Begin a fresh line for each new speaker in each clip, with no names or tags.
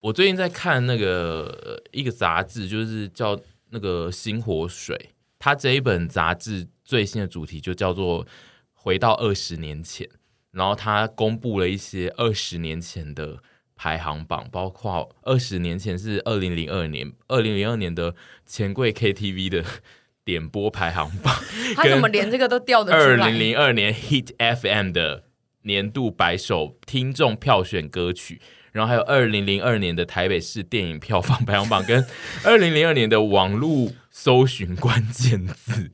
我最近在看那个呃一个杂志，就是叫那个《新活水》，它这一本杂志最新的主题就叫做“回到二十年前”，然后它公布了一些二十年前的排行榜，包括二十年前是二零零二年，二零零二年的钱柜 KTV 的 点播排行榜，
他怎么连这个都调得
二
出来？
零零二年 Hit FM 的年度百首听众票选歌曲，然后还有二零零二年的台北市电影票房排行榜， 跟二零零二年的网络搜寻关键字，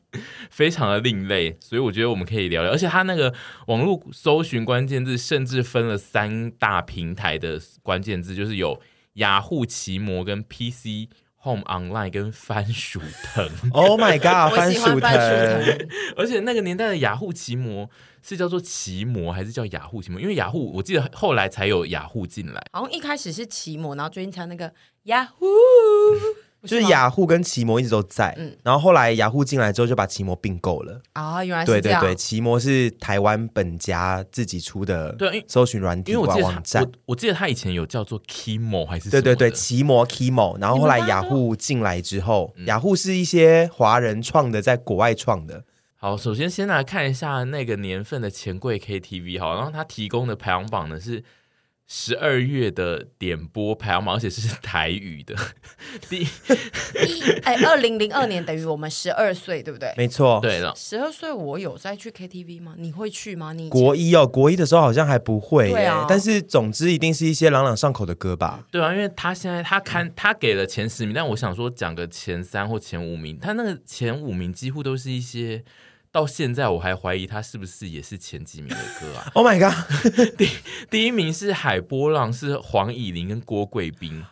非常的另类。所以我觉得我们可以聊聊，而且它那个网络搜寻关键字甚至分了三大平台的关键字，就是有雅虎、奇摩跟 PC。Home Online 跟番薯藤，
Oh my god！
我
番
喜欢
薯
番薯
藤，
藤，
而且那个年代的雅虎奇摩是叫做奇摩还是叫雅虎奇摩？因为雅虎我记得后来才有雅虎进来，
好像一开始是奇摩，然后最近才那个雅虎， 不
就是
吗
雅虎跟奇摩一直都在，
嗯
然后后来雅虎进来之后就把奇摩并购了。
啊，原来
对
是这
对
样。
对，奇摩是台湾本家自己出的，
对因为
搜寻软体
因为我
网
记得
网
它
站
我。我记得它以前有叫做 Kimo 还是什
对
么
对对，
的
奇摩 Kimo，然后
你们
后来
大家
雅
都
虎进来之后，
嗯
雅虎是一些华人创的，在国外创的。
好，首先先来看一下那个年份的钱柜 KTV 好，然后它提供的排行榜呢是十二月的点播排行榜，而且是台语的。
哦
第
一哎，二零零二年等于我们十二岁，对不对？
没错，
对了，
十二岁我有在去 KTV 吗？你会去吗？你以前
国一哦，国一的时候好像还不会
对
耶
啊，
但是总之一定是一些朗朗上口的歌吧。。
对啊，因为他现在他看他给了前十名，但我想说讲个前三或前五名，他那个前五名几乎都是一些到现在我还怀疑他是不是也是前几名的歌啊
Oh my god，
第一名是海波浪，是黄以玲跟郭贵宾，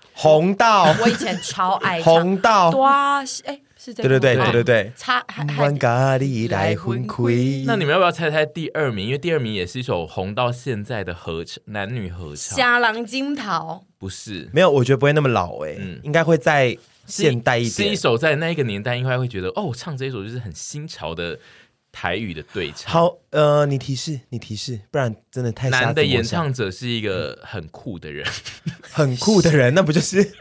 红到
我以前超爱唱
红到，
哇，是哎是这
对
个
对
吗
对
啊
对对对。
差还还
弯咖喱来混亏，
那你们要不要猜猜第二名？因为第二名也是一首红到现在的合唱，男女合唱，
虾郎金桃
不是。
没有？我觉得不会那么老哎、
嗯
应该会再现代一
是一
点。
首在那一个年代应该会觉得哦，唱这一首就是很新潮的台语的对唱。
好，呃，你提示，你提示，不然真的太瞎
男的
子摸
演
象
唱者是一个很酷的 人，
很酷的人，那不就是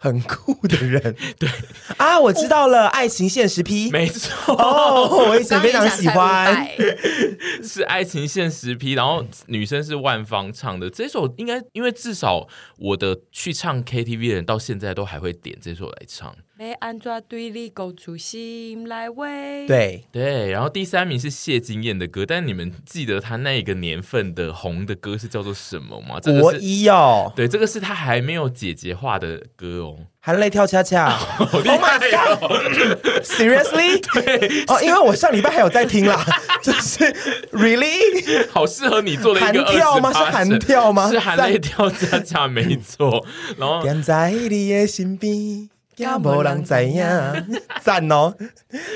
很酷的人？对啊，我知道了，爱情现实 P。
没错，
哦，我以前
刚
非
刚也
常
想
喜
猜伍
欢。
佰
是爱情现实批，然
嗯
后女生是万芳唱的这首，应该因为至少我的去唱 KTV 的人到现在都还会点这首来唱。
要安怎对你勾出心来喂？，
对，
对，然后第三名是谢金燕的歌，但你们记得她那个年份的红的歌是叫做什么吗？这
国
个是。
一哦，
对，这个是她还没有姐姐化的歌哦，
含泪跳恰恰。
好厉害哦！
Seriously？哦，因为我上礼拜还有在听啦，就是 Really？
好适合你做的一个
弹跳吗
28
是弹跳吗
是含泪跳恰恰， 没错。然后
点在你的心边，也无人知影。赞哦！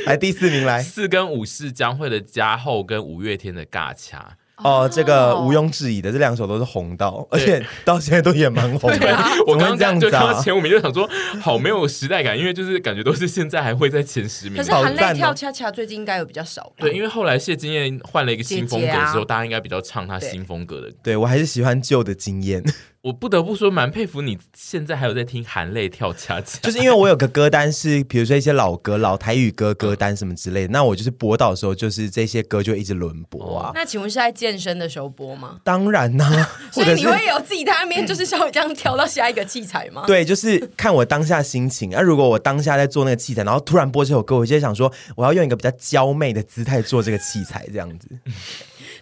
来第四名来
四跟五是江蕙的加厚跟五月天的尬掐，
哦，这个毋庸置疑的，这两首都是红到，而且到现在都也蛮红
对
的
啊。
我刚
怎么会
刚
这样
就
子
看到
啊？
前五名就想说，好没有时代感，因为就是感觉都是现在还会在前十名
可。是
好
含
赞
泪
哦
跳恰恰最近应该有比较少吧。
对，因为后来谢金燕换了一个新风格
姐姐啊
之后，大家应该比较唱她
对
新风格的歌。
对我还是喜欢旧的经验，
我不得不说，蛮佩服你现在还有在听含泪跳恰恰，
就是因为我有个歌单是，比如说一些老歌、老台语歌歌单什么之类的，那我就是播到的时候，就是这些歌就一直轮播啊。
那请问是在健身的时候播吗？
当然啦、
所
或
以
者
你
是。
会有自己在那边就是稍微这样跳到下一个器材吗？
对，就是看我当下心情。那、啊如果我当下在做那个器材，然后突然播这首歌，我就会想说，我要用一个比较娇媚的姿态做这个器材，这样子。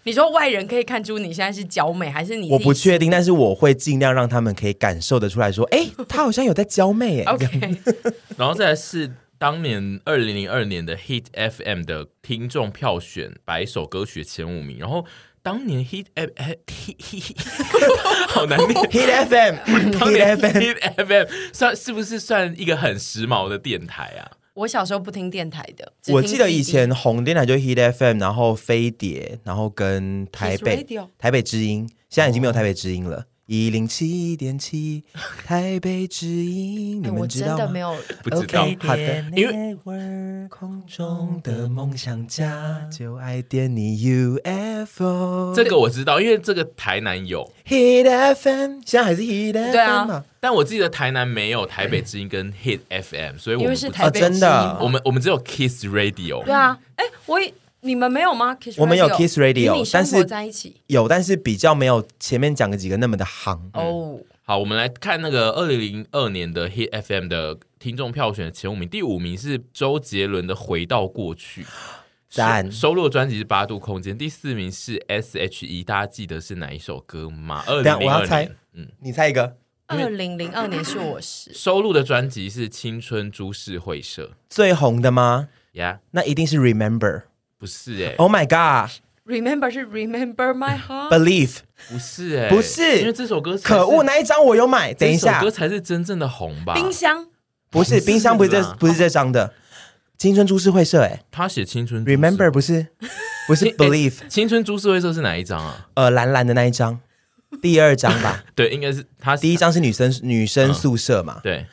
你说外人可以看出你现在是娇美还是你自己
我不确定，但是我会尽量让他们可以感受得出来说，哎、他好像有在娇媚哎、
OK
然后再来是当年二零零二年的 Hit FM 的听众票选百首歌曲前五名，然后当年 Hit F好难 念。
Hit FM，Hit
年
FM，
Hit FM 算是不是算一个很时髦的电台啊？
我小时候不听电台的，只听
我记得以
CD
前红电台就是 Hit FM，然后飞碟，然后跟台
Kiss
北
Radio 哦
台北之音，现在已经没有台北之音了。一零七点七台北之音，你
哎我
们知
真
道
的
吗
没有，
不知道
OK，好的，
因
为空中的梦想家就爱点你 UFO，
这个我知道，因为这个台南有，
Hit FM 现在还是 Hit 啊 FM 嘛？
但我记得台南没有台北之音跟 Hit FM，所以我
因
们不
为是
知
台北
哦真的
之音嘛
我们我们只有 Kiss Radio，
对啊，哎，我以你们没有吗？Kiss
我们有
Radio
Kiss Radio，
与你生
但
活
是
在一起
有，但是比较没有前面讲的几个那么的行。
哦，
好，我们来看那个二零零二年的 Hit FM 的听众票选前五名，第五名是周杰伦的《回到过去》，
赞
收收录的专辑是《八度空间》，第四名是 S.H.E，大家记得是哪一首歌吗？二
下
零零
我
二
要猜
年，嗯，
你猜一个
二零零二年是我是
收录的专辑是《青春株式会社
最红的吗？》
呀，
那一定是 Remember。
不是哎、
Oh my God，Believe。
Remember 是 Remember My Heart，
不是哎、
不是
因为这首歌才
可恶，
是，
那一张我有买。等一
这
下
首歌，才是真正的红吧？
冰箱
不是冰箱，不是
不是嗯
这，
啦
不是这张的。青春株式会社，哎
他写《青春株式
，Remember 不是，不是 Believe，
青春株式会社》是哪一张啊？
呃，蓝蓝的那一张，第二张吧。
对，应该是他
第一张是女生女生
嗯
宿舍嘛？
对。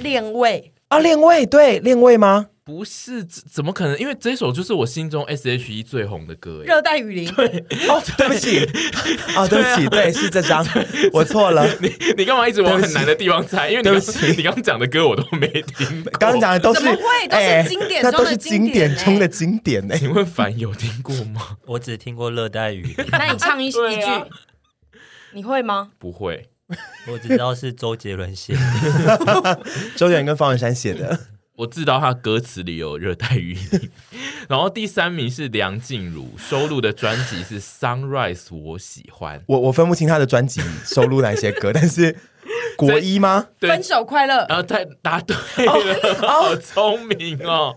恋味
啊，恋位，对，恋位吗？
不是，怎怎么可能？因为这首就是我心中 S.H.E 最红的歌欸耶。
热带雨林，对
哦，对不起，
啊
哦，对不起，对，是这张，我 错了。
你你干嘛一直往很难的地方猜？因为你
对不
刚
起
你刚讲的歌我都没听 过。
刚刚，讲的都是
怎么会都是
哎
经典欸
那
中的
都是经典中的经典欸呢。
请问凡有听过吗？
我只听过热带雨林，
那你唱一一
对啊
句，你会吗？
不会，
我只知道是周杰伦写的。
周杰伦跟方文山写的，
我知道他歌词里有热带雨林。 然后第三名是梁静茹，收录的专辑是《Sunrise》，我喜欢。
我我分不清他的专辑收录哪些 歌，但是国一吗？
对啊
分手快乐，
然后太答对
哦
了， 好聪明哦。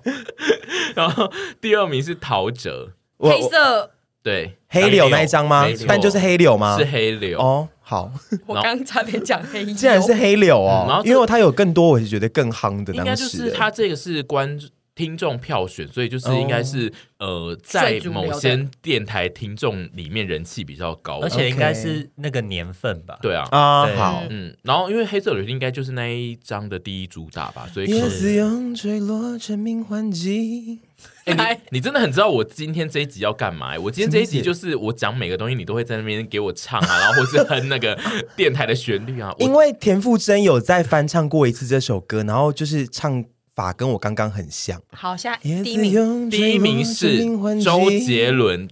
然后第二名是陶喆，
我
黑色，
对，
黑柳那一张吗
没错？
但就是黑柳吗
是？黑柳。
哦，好，
我刚刚差点讲黑衣，
既然是黑柳
嗯然
哦
后，这
因为他有更多，我是觉得更夯的
应该
当
就是
时欸的。哦
他这个是观听众票选，所以就是应该是、呃，在
最主流的
某些电台听众里面人气比较
哦
高，
而且应该是那个年份吧？，
对啊。
啊，
对
好。
嗯，然后因为黑色柳应该就是那一张的第一主打吧，所以可
叶
能
子用坠落成命换季。
哎你你真的很知道我今天这一集要干嘛、我今天这一集
什
就
么
是我讲每个东西，你都会在那边给我唱 啊，然后或是哼那个电台的旋律啊。
因
我
为田馥甄有在翻唱过一次这首歌，然后就是唱法跟我刚刚很像。
好，现在第一名，
第一名是周杰，伦，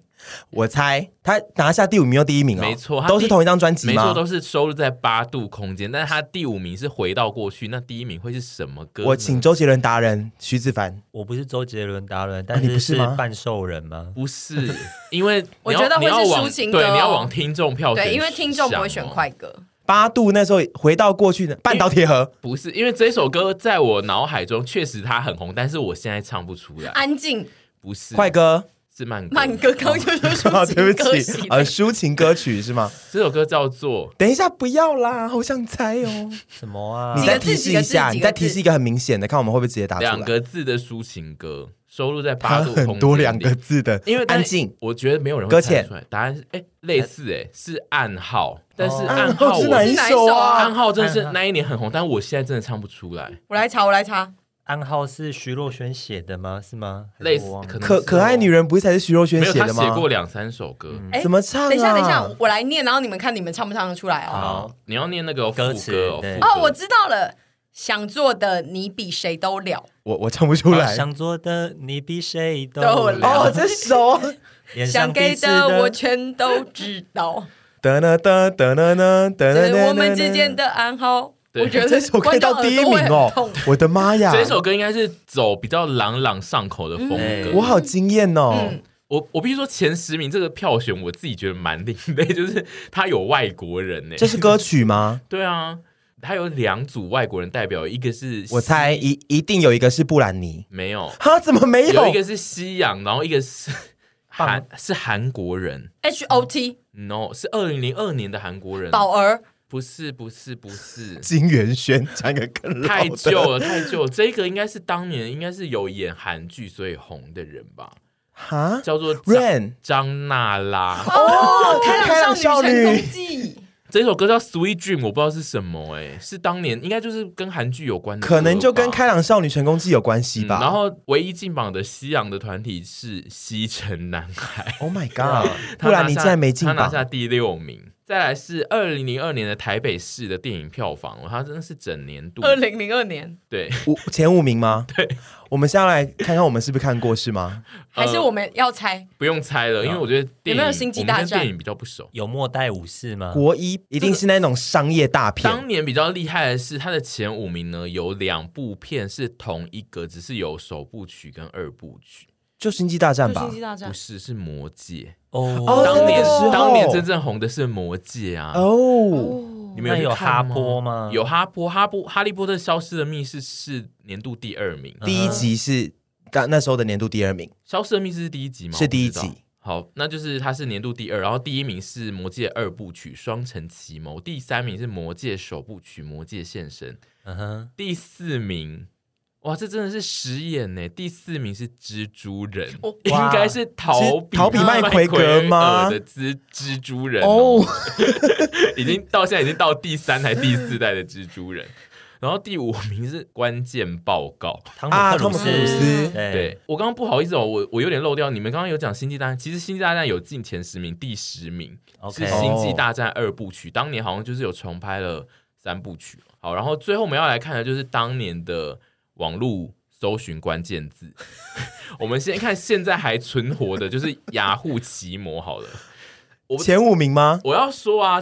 我猜他拿下第五名又第一名哦，
没错他
都是同一张专辑
没错，
吗？
都是收录在八度空间，但是他第五名是回到过去，那第一名会是什么歌呢？
我请周杰伦达人徐子凡，
我不是周杰伦达人，但
啊你不
是
是
是
吗
半兽人吗？
不是， 因为
我
你要
觉得会
你要
是
往
抒情歌
对，
哦
你要往听众票选，哦
对，因为听众不会选。快歌，
八度那时候回到过去的半岛铁盒，
不是，因为这首歌在我脑海中确实它很红，但是我现在唱不出来。
安静
不是
快歌，
是慢歌，
哎慢歌，刚刚就说
啊，
抒
对
情
不
歌
起
系，
呃，
的，
抒情歌曲是吗？
这首歌叫做
等一下，不要啦，好想猜哦。
什么啊
你？再提示一下，
几个字几个字
你再提示一个很明显的，看我们会不会直接答出来。
两个字的抒情歌，收录在八
他
度空间里
很多两个，字的，
因为但
安静。
我觉得没有人
搁
会
浅
猜出来。答案是哎，类似哎是暗号，但是暗
哦暗
号
号
我
是哪一
哪一
首
首
啊
啊？
暗号真的
暗
是
号
那一年很红，但我现在真的唱不出来。
我来查，我来查，
暗号是徐若瑄写的吗？是吗？还是
类似
我忘了
可能
可
是
可爱女人不是才是徐若瑄
没有
写
他
的吗？
写过两三首歌，
哎
怎么唱、啊？
等一下，等一下，我来念，然后你们看你们唱不唱得出来哦。
好，
你要念那个
歌
副
词
歌哦。
对
副歌
哦，我知道了，想做的你比谁都了，
我我唱不出来。
想做的你比谁都
都
了
了
哦，这首，
脸
想
上
给
彼此
的我全都知 道，
噔噔噔噔噔噔噔
这是
噔，
我们之间。的暗号。
对
我觉
这
得
首可
观
以
众
到
耳朵
第一
会
名
很
哦
痛！
我的妈呀！
这首歌应该是走比较朗朗上口的风格。
嗯
我好惊艳哦！
嗯，
我我必须说前十名这个票选，我自己觉得蛮另类， 就是他有外国人呢、
这是歌曲吗？
对啊，他有两组外国人代表，一个是
我猜一一定有一个是布兰妮。
没有，
哈，怎么没，
有一个是西洋，然后一个是
棒
韩是韩国人。
H O T
No，是二零零二年的韩国人，
宝儿，
不是不是不是
金元轩唱个更老的
太旧了太旧了。这个应该是当年应该是有演韩剧所以红的人吧，
哈
叫做张
Rain
张娜拉。
哦，
开
开
朗
朗少
少女
女成功记，
这首歌叫《Sweet Dream》，我不知道是什么、欸，哎，是当年应该就是跟韩剧有关的歌吧，
可能就跟《开朗少女成功记》有关系
嗯
吧。
然后唯一进榜的西洋的团体是西城男孩，
，Oh my God，
啊他
不然你
拿下
竟然没进
他拿
榜，
下第六名。再来是二零零二年的台北市的电影票房，它真的是整年度
二零零二年，
对，
五前五 名吗？对，我们下来看看我们是不是看过是吗？
呃
还是我们要猜？
不用猜了，因为我觉得电影
有没有星际大战
我们跟电影比较不熟。
有末代武士吗？
国一一定是那种商业大
当
片，
年比较厉害的是，它的前五名呢有两部片是同一个，只是有首部曲跟二部曲，
就《星际大战》
就
吧
星。际大战
不》是是《魔戒》
哦
当年、
那个时候
当年真正红的是《魔戒》啊，
哦，
你们
那
有
有
去看
哈
吗
波吗？
有哈波哈波《哈利波特：消失的密室》是年度第二名，
第一集是当那时候的年度第二名，
消失的密室》是第一集吗？
是第一集
我不知道。好，那就是它是年度第二，然后第一名是《魔戒》二部曲《双城奇谋》，第三名是《魔戒》首部曲《魔戒现身》，
嗯哼，
第四名，哇，这真的是实演呢！第四名是蜘蛛人，
哦
应
哇
该是逃比
是逃避麦奎格吗
麦奎尔的蜘蜘蛛人哦，已经到现在已经到第三还第四代的蜘蛛人。然后第五名是关键报告，
汤
啊
姆克
汤姆克鲁斯
对
对我刚刚不好意思哦，我我有点漏掉，你们刚刚有讲《星际大战》，其实《星际大战》有进前十名，第十名是
OK
《星际大战二部曲》，当年好像就是有重拍了三部曲。好，然后最后我们要来看的就是当年的网络搜寻关键字。 我们先看现在还存活的，就是雅虎奇摩好了。我
前五名吗？
我要说啊，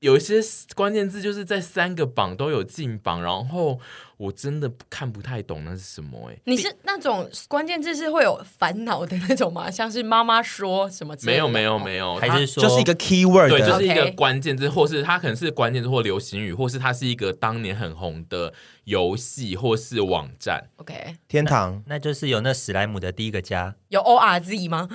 有一些关键字就是在三个榜都有进榜，然后我真的看不太懂那是什么哎、欸
你是那种关键字是会有烦恼的那种吗？像是妈妈说什么之类
没
的？哦
有没有没有，
还
它
是说
就是一个 keyword，
对，就是一个
OK
关键字，或是它可能是关键字或流行语，或是它是一个当年很红的游戏或是网站。
OK，
天堂。
那就是有那史莱姆的第一个家，
有 O R Z 吗？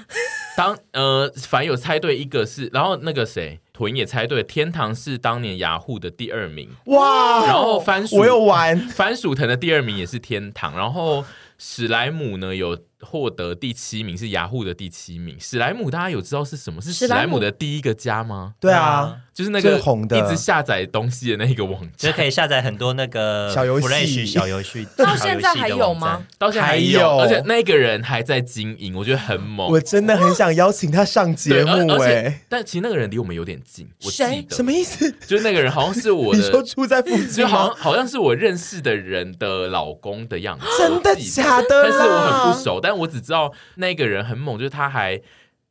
当呃，反正有猜对一个是，然后那个谁屯也猜对，天堂是当年雅虎的第二名，
哇，
然后番薯
哦我有玩，
番薯藤的第二名也是天堂，然后史莱姆呢有获得第七名，是雅虎的第七名。史莱姆大家有知道是什么？是史
史莱姆
莱姆的第一个家吗？
对啊，
就是那个
最红的
一直下载东西的那个网
就
站
可。以下载很多那 个
小游戏
Flash 小游戏，
到现在还有
小游
吗
戏？
到现在还
还有
而且那个人还在经营，我觉得很猛。
我真的很想邀请他上节
对而
目
而且
哎，
但其实那个人离我们有点近，我记
谁
得
什么意思？
就是那个人好像是我
你说
的，
住在附近
就好
吗
像？好像是我认识的人的老公的样子，
真的
我记得
假的啦？
但是我很不熟，但我只知道那个人很猛，就是他还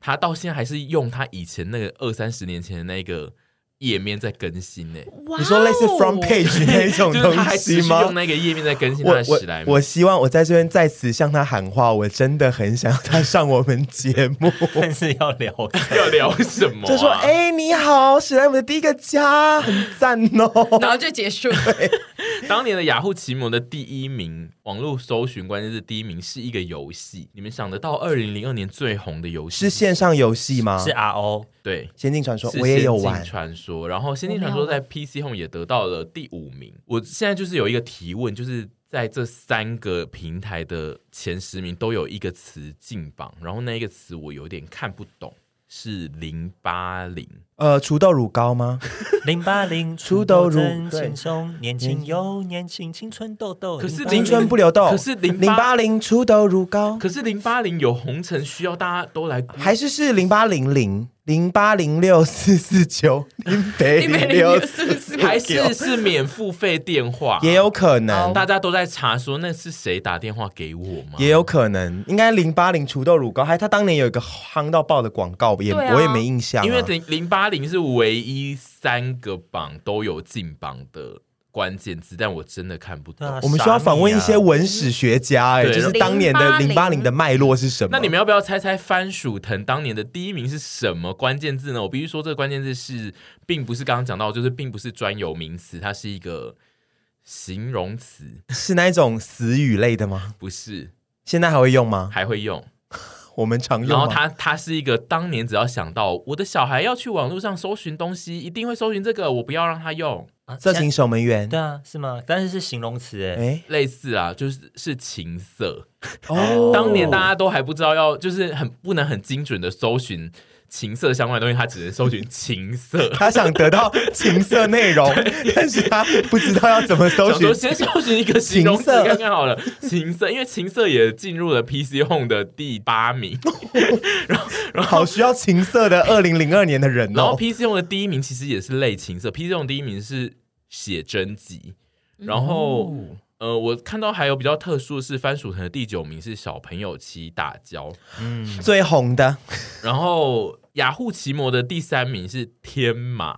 他到现在还是用他以前那个二三十年前的那个页面在更新呢、欸
哇哦
你说类似 front page 那种
就是他
东
还
西
持续用
吗？
那个页面在更新他
我
的史莱
我
姆
我。希望我在这边再次向他喊话，我真的很想要他上我们节目，
但是要聊，
要聊什么、啊？
就说：“哎、你好，史莱姆的第一个家，很赞哦。
然后就结束。
当年的雅虎奇摩的第一名网络搜寻关键字第一名是一个游戏，你们想得到二零零二年最红的游”戏
是线上游戏吗？
是 RO
对。
仙境传说
啊是，
我也有
仙境
玩。
传说，然后《仙境传说》在 PC Home 也得到了第五名。我现在就是有一个提问，就是在这三个平台的前十名都有一个词进榜，然后那一个词我有点看不懂，是零八零。
呃，除痘乳膏吗？
零八 零
出豆乳
真
对
轻松，年轻又年轻，青春痘痘。
可是
080
青春不流痘。
可是080
零八零除痘乳膏，
可是零八零有红尘，需要大家都来估
还是是零八零零零八零六四 四九零 北
没
零六
四 四
还是是免付费电话？
也有可能，
大家都在查说那是谁打电话给我吗？
也有可能，应该零八零除痘乳膏，还他当年有一个夯到爆的广告，也、
对啊
我也没印象啊、
因为零零八零是唯一三个榜都有进榜的关键字，但我真的看不懂。
对啊
我们需要访问一些文史学家、哎、
啊对
就是当年的零八零的脉络是什么？
那你们要不要猜猜番薯藤当年的第一名是什么关键字呢？我必须说，这个关键字是并不是刚刚讲到，就是并不是专有名词，它是一个形容词，
是那一种死语类的吗？
不是
现在还会用吗？
还会用。
我们常
然
用
后
吗？
它它是一个当年只要想到我的小孩要去网络上搜寻东西，一定会搜寻这个，我不要让他用。
啊
色情守门员
对，啊，是吗？但是是形容词哎，
哎、
类似啊，就是是情色。
哦。
当年大家都还不知道要，就是很不能很精准的搜寻情色相关的东西，他只能搜寻情色
他想得到情色 内容，但是他不知道要怎么搜
想
寻
说。先搜寻一个形容词
情色
看看好了，情色，因为情色也进入了 PC Home 的第八名，
哦好需要情色的二零零二年的人
然后
哦，
PC Home 的第一名其实也是类情色，PC Home 第一名是写真集，
嗯
然后、
哦
呃，我看到还有比较特殊的是番薯藤的第九名是小朋友骑打胶，
最红的
然后雅虎奇摩的第三名是天马，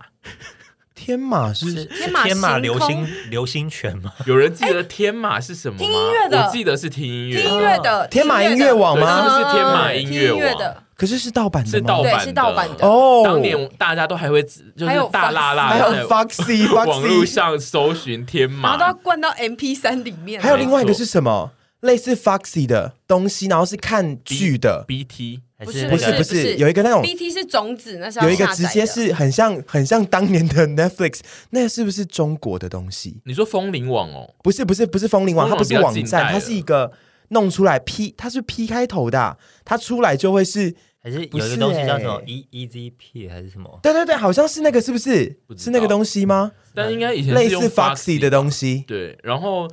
天马
是
是
是
马
天马
行
流
空
星流星拳吗？
有人记得天马是什么吗？
听音乐的
我记得是听音乐
听，音乐的
天马音乐嗯网
对
吗？
是不是天马音
听
乐
音乐
网？
的，
可是是盗版的
是
吗？
盗版
对是盗版的
哦。
当年大家都还会就
还
是
有啊
大
Foxy
辣辣
还有
的在
Foxy
啊 网络
Foxy，
上搜寻天
然后都要
马，
灌到 MP 三里面。
还有另外一个是什么？类似 Foxy 的东西，然后是看剧的，
BT
还
不
是
是
那
不是
个
不
不
是
是
有一个那种
BT 是种子，那是要
有一个
下载
直
的
接是很像很像当年的 Netflix，那是不是中国的东西？
你说风铃网哦，
不是不是不是风铃网，
风铃
它
网
不是
比较
网
近代
站，
了
它是一个弄出来 P，它是 P 开头的啊、它出来就会是，
还是
不
有一
是
个东西叫什
欸
么 E E Z P 还是什么？
对对对，好像是那个，是不是？
不知道
是那个东西吗？
但应该以前是
嗯类
用
似 Foxy 的东西，
对，然后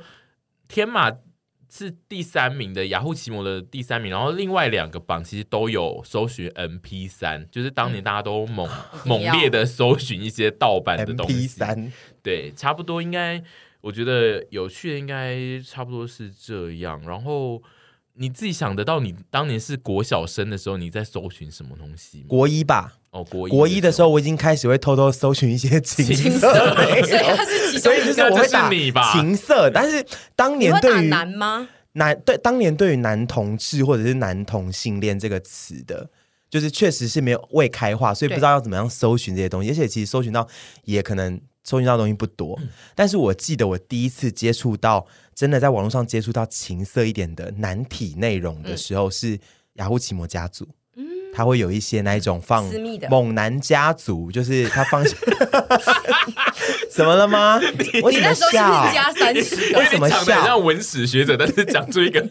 天马是第三名的，雅虎奇摩的第三名，然后另外两个榜其实都有搜寻 MP 三，就是当年大家都猛、 猛烈的搜寻一些盗版的东
MP
西。
三，
对，差不多应该，我觉得有趣的应该差不多是这样。然后你自己想得到，你当年是国小生的时候，你在搜寻什么东西吗？
国一吧。
哦，国一
国一的时
候，
候，我已经开始会偷偷搜寻一些情
情
色
色
内容
所以它是其 中
所以就
一
是
个。
我会打
那就是你吧
情色，但是当
你
年
会打
对于
男吗？
男对当年对于男同志或者是男同性恋这个词的，就是确实是没有未开化，所以不
对
知道要怎么样搜寻这些东西，而且其实搜寻到也可能搜寻到的东西不多。
嗯
但是我记得我第一次接触到真的在网络上接触到情色一点的男体内容
嗯
的时候，是雅虎奇摩家族。他会有一些那一种放
私密的
猛男家族，就是他放 怎么了吗？为
你
什
那
么
时候是
笑啊
不是？加三十
因为
个？
什
你
么
讲的
笑
像文史学者，但是讲出一个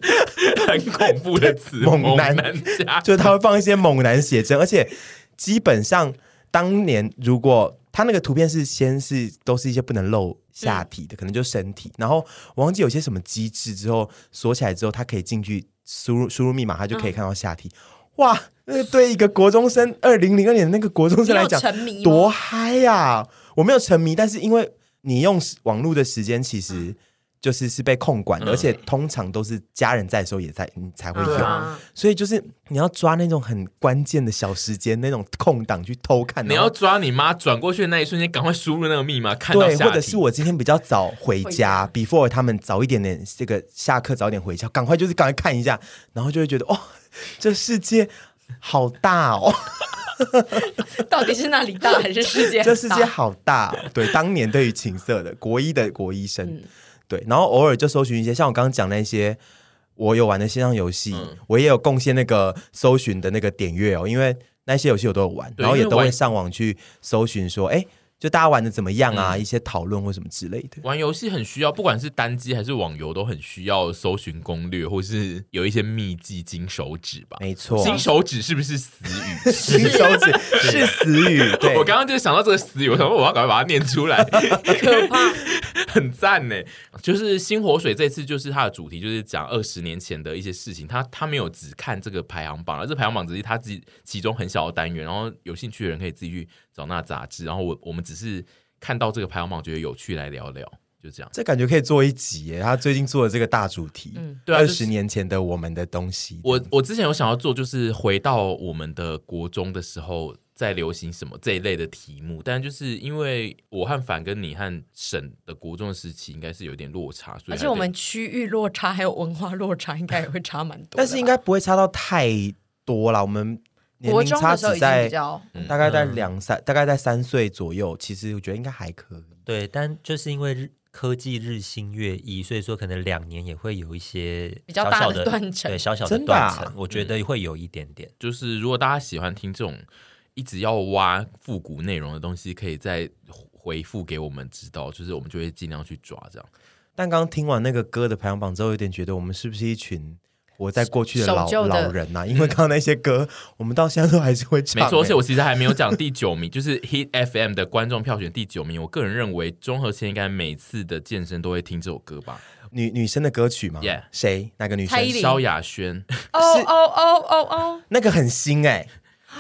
很恐怖的词，
猛
猛
男
家
就他会放一些猛男写真，而且基本上当年如果他那个图片是先是都是一些不能露下体的，可能就身体，然后我忘记有些什么机制之后锁起来之后，他可以进去输入输入密码，他就可以看到下体。哇，那对一个国中生，二零零二年的那个国中
你
生来
有
讲，
沉迷吗
多嗨呀、我没有沉迷，但是因为你用网络的时间其
嗯
实。就是是被控管的，
嗯
而且通常都是家人在的时候也在，你才会用。
对
啊
所以就是你要抓那种很关键的小时间，那种空档去偷看，
你
然
要
后
抓你妈转过去的那一瞬间，赶快输入那个密码，看到
对，
下
或
体
者是我今天比较早回家，before 他们早一点点，这个下课早一点回家，赶快就是赶快看一下，然后就会觉得哦，这世界好大哦，
到底是那里大还是世界很大？
这世界好大、哦。对，当年对于情色的国一的国医生，
嗯
对，然后偶尔就搜寻一些像我刚刚讲那些。我有玩的线上游戏，
嗯
我也有贡献那个搜寻的那个点阅哦，因为那些游戏我都有玩，
对
然后也
因为
都
玩
会上网去搜寻说，哎，就大家玩的怎么样
嗯
啊，一些讨论或什么之类的。
玩游戏很需要，不管是单机还是网游，都很需要搜寻攻略，或是有一些秘籍金手指吧。
没错，
金手指是不是死语？
金手指是死 语，对，
我刚刚就想到这个死语，我想说我要赶快把它念出来，
可怕。
很赞呢。就是《新火水》这次就是它的主题，就是讲二十年前的一些事情。他他没有只看这个排行榜，啊而这排行榜只是他自己其中很小的单元。然后有兴趣的人可以自己去找那杂志。然后我我们只是看到这个排行榜，觉得有趣来聊聊，就这样。
这感觉可以做一集耶。他最近做的这个大主题，
对啊
二
就是
十年前的我们的东西，
我我之前有想要做，就是回到我们的国中的时候，在流行什么这一类的题目，但就是因为我和凡跟你和沈的国中的时期应该是有点落差，所以还
而且
得
我们区域落差还有文化落差，应该也会差蛮多的吧。
但是应该不会差到太多啦，我们年
国
龄
中
差
的时候
只
已经
在
比较
大概在两三，大概在三岁左右，其实我觉得应该还可以。
对，但就是因为日科技日新月异，所以说可能两年也会有一些
比较
小
大
小
的
的
断层嗯
对小小
真的
断
啊
层，我觉得会有一点点。
就是如果大家喜欢听这种一直要挖复古内容的东西，可以再回复给我们知道，就是我们就会尽量去抓这样。
但刚刚听完那个歌的排行榜之后，有点觉得我们是不是一群活在过去的老
守旧的
老人呐、啊因为刚刚那些歌，我们到现在都还是会唱、
没错，而且
欸
我其实还没有讲第九名，就是 Hit FM 的观众票选第九名。我个人认为，综合前应该每次的健身都会听这首歌吧。
女女生的歌曲嘛
Yeah
谁哪个女生
蔡？依林
萧亚轩
哦哦哦哦哦，
那个很新哎、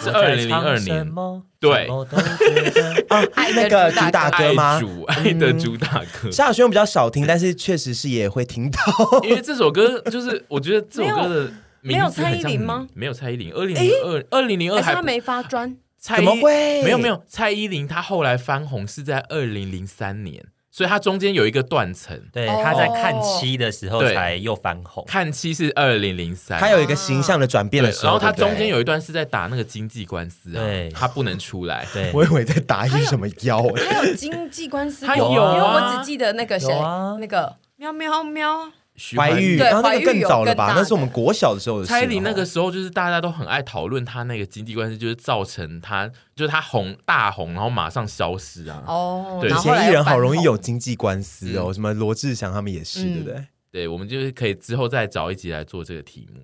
是
我在
2002
唱什么
对
什么都觉得
啊，
爱
那
的
个
主打
主打歌
爱
吗？嗯
主爱的主打歌，
萧亚轩我比较少听，但是确实是也会听到。
因为这首歌就是我觉得这首歌的
没有
名字很像
没有蔡依林吗？
没有蔡依林，二零零二二零零二
还是
还
他没发 专？
蔡依
怎么会？
没有没，有，蔡依林她后来翻红是在二零零三年，所以她中间有一个断层。
对，
哦
他在看期的时候
对
才又翻红。
看期是二零零三，
他有一个形象的转变
对
的，时
然
候，
后他
对不对
中间有一段是在打那个经济官司啊
对，
他不能出来。
对，
我以为在打一什
哎
么妖、欸，
还有经济官司，
他
有
有啊
因为我只记得那个谁
有啊，
那个喵喵喵，
徐
怀玉，
对
然后那个
怀玉
更
有
早了
更
吧？
大
那是我们国小的时候的事了。哦
蔡依林那个时候就是大家都很爱讨论他那个经济官司，就是造成他就是他红大红，然后马上消失啊。
哦，
对
以
然后后来
前艺
又
人好
翻
容易
红
有经济官司哦，什么罗志祥他们也是，
嗯
对不对？
对，我们就是可以之后再找一集来做这个题目。